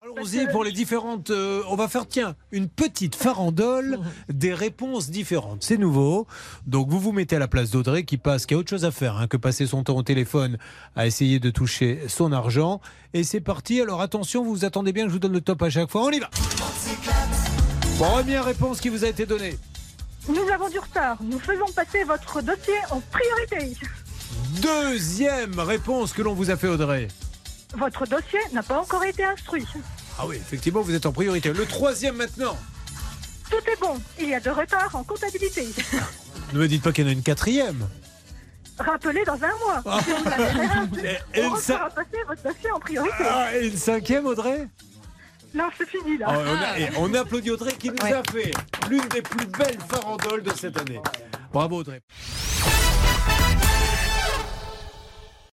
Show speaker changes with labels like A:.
A: Allons-y pour les différentes. euh, on va faire, tiens, une petite farandole des réponses différentes. C'est nouveau. Donc vous vous mettez à la place d'Audrey qui passe, qui a autre chose à faire hein, que passer son temps au téléphone à essayer de toucher son argent. Et c'est parti. Alors attention, vous vous attendez bien que je vous donne le top à chaque fois. On y va. Première réponse qui vous a été donnée.
B: Nous avons du retard. Nous faisons passer votre dossier en priorité.
A: Deuxième réponse que l'on vous a fait, Audrey.
B: Votre dossier n'a pas encore été instruit.
A: Ah oui, effectivement, vous êtes en priorité. Le troisième maintenant.
B: Tout est bon. Il y a de retard en comptabilité.
A: Ne me dites pas qu'il y en a une quatrième.
B: Rappelez dans un mois. Si vous n'avez rien instruit,
A: Ah. Et- et
B: on
A: ça-
B: fera passer votre dossier en priorité.
A: Ah, et une cinquième, Audrey
B: Non, c'est fini là.
A: Ah ouais, on, a- et on applaudit Audrey qui nous a fait l'une des plus belles farandoles de cette année. Bravo Audrey.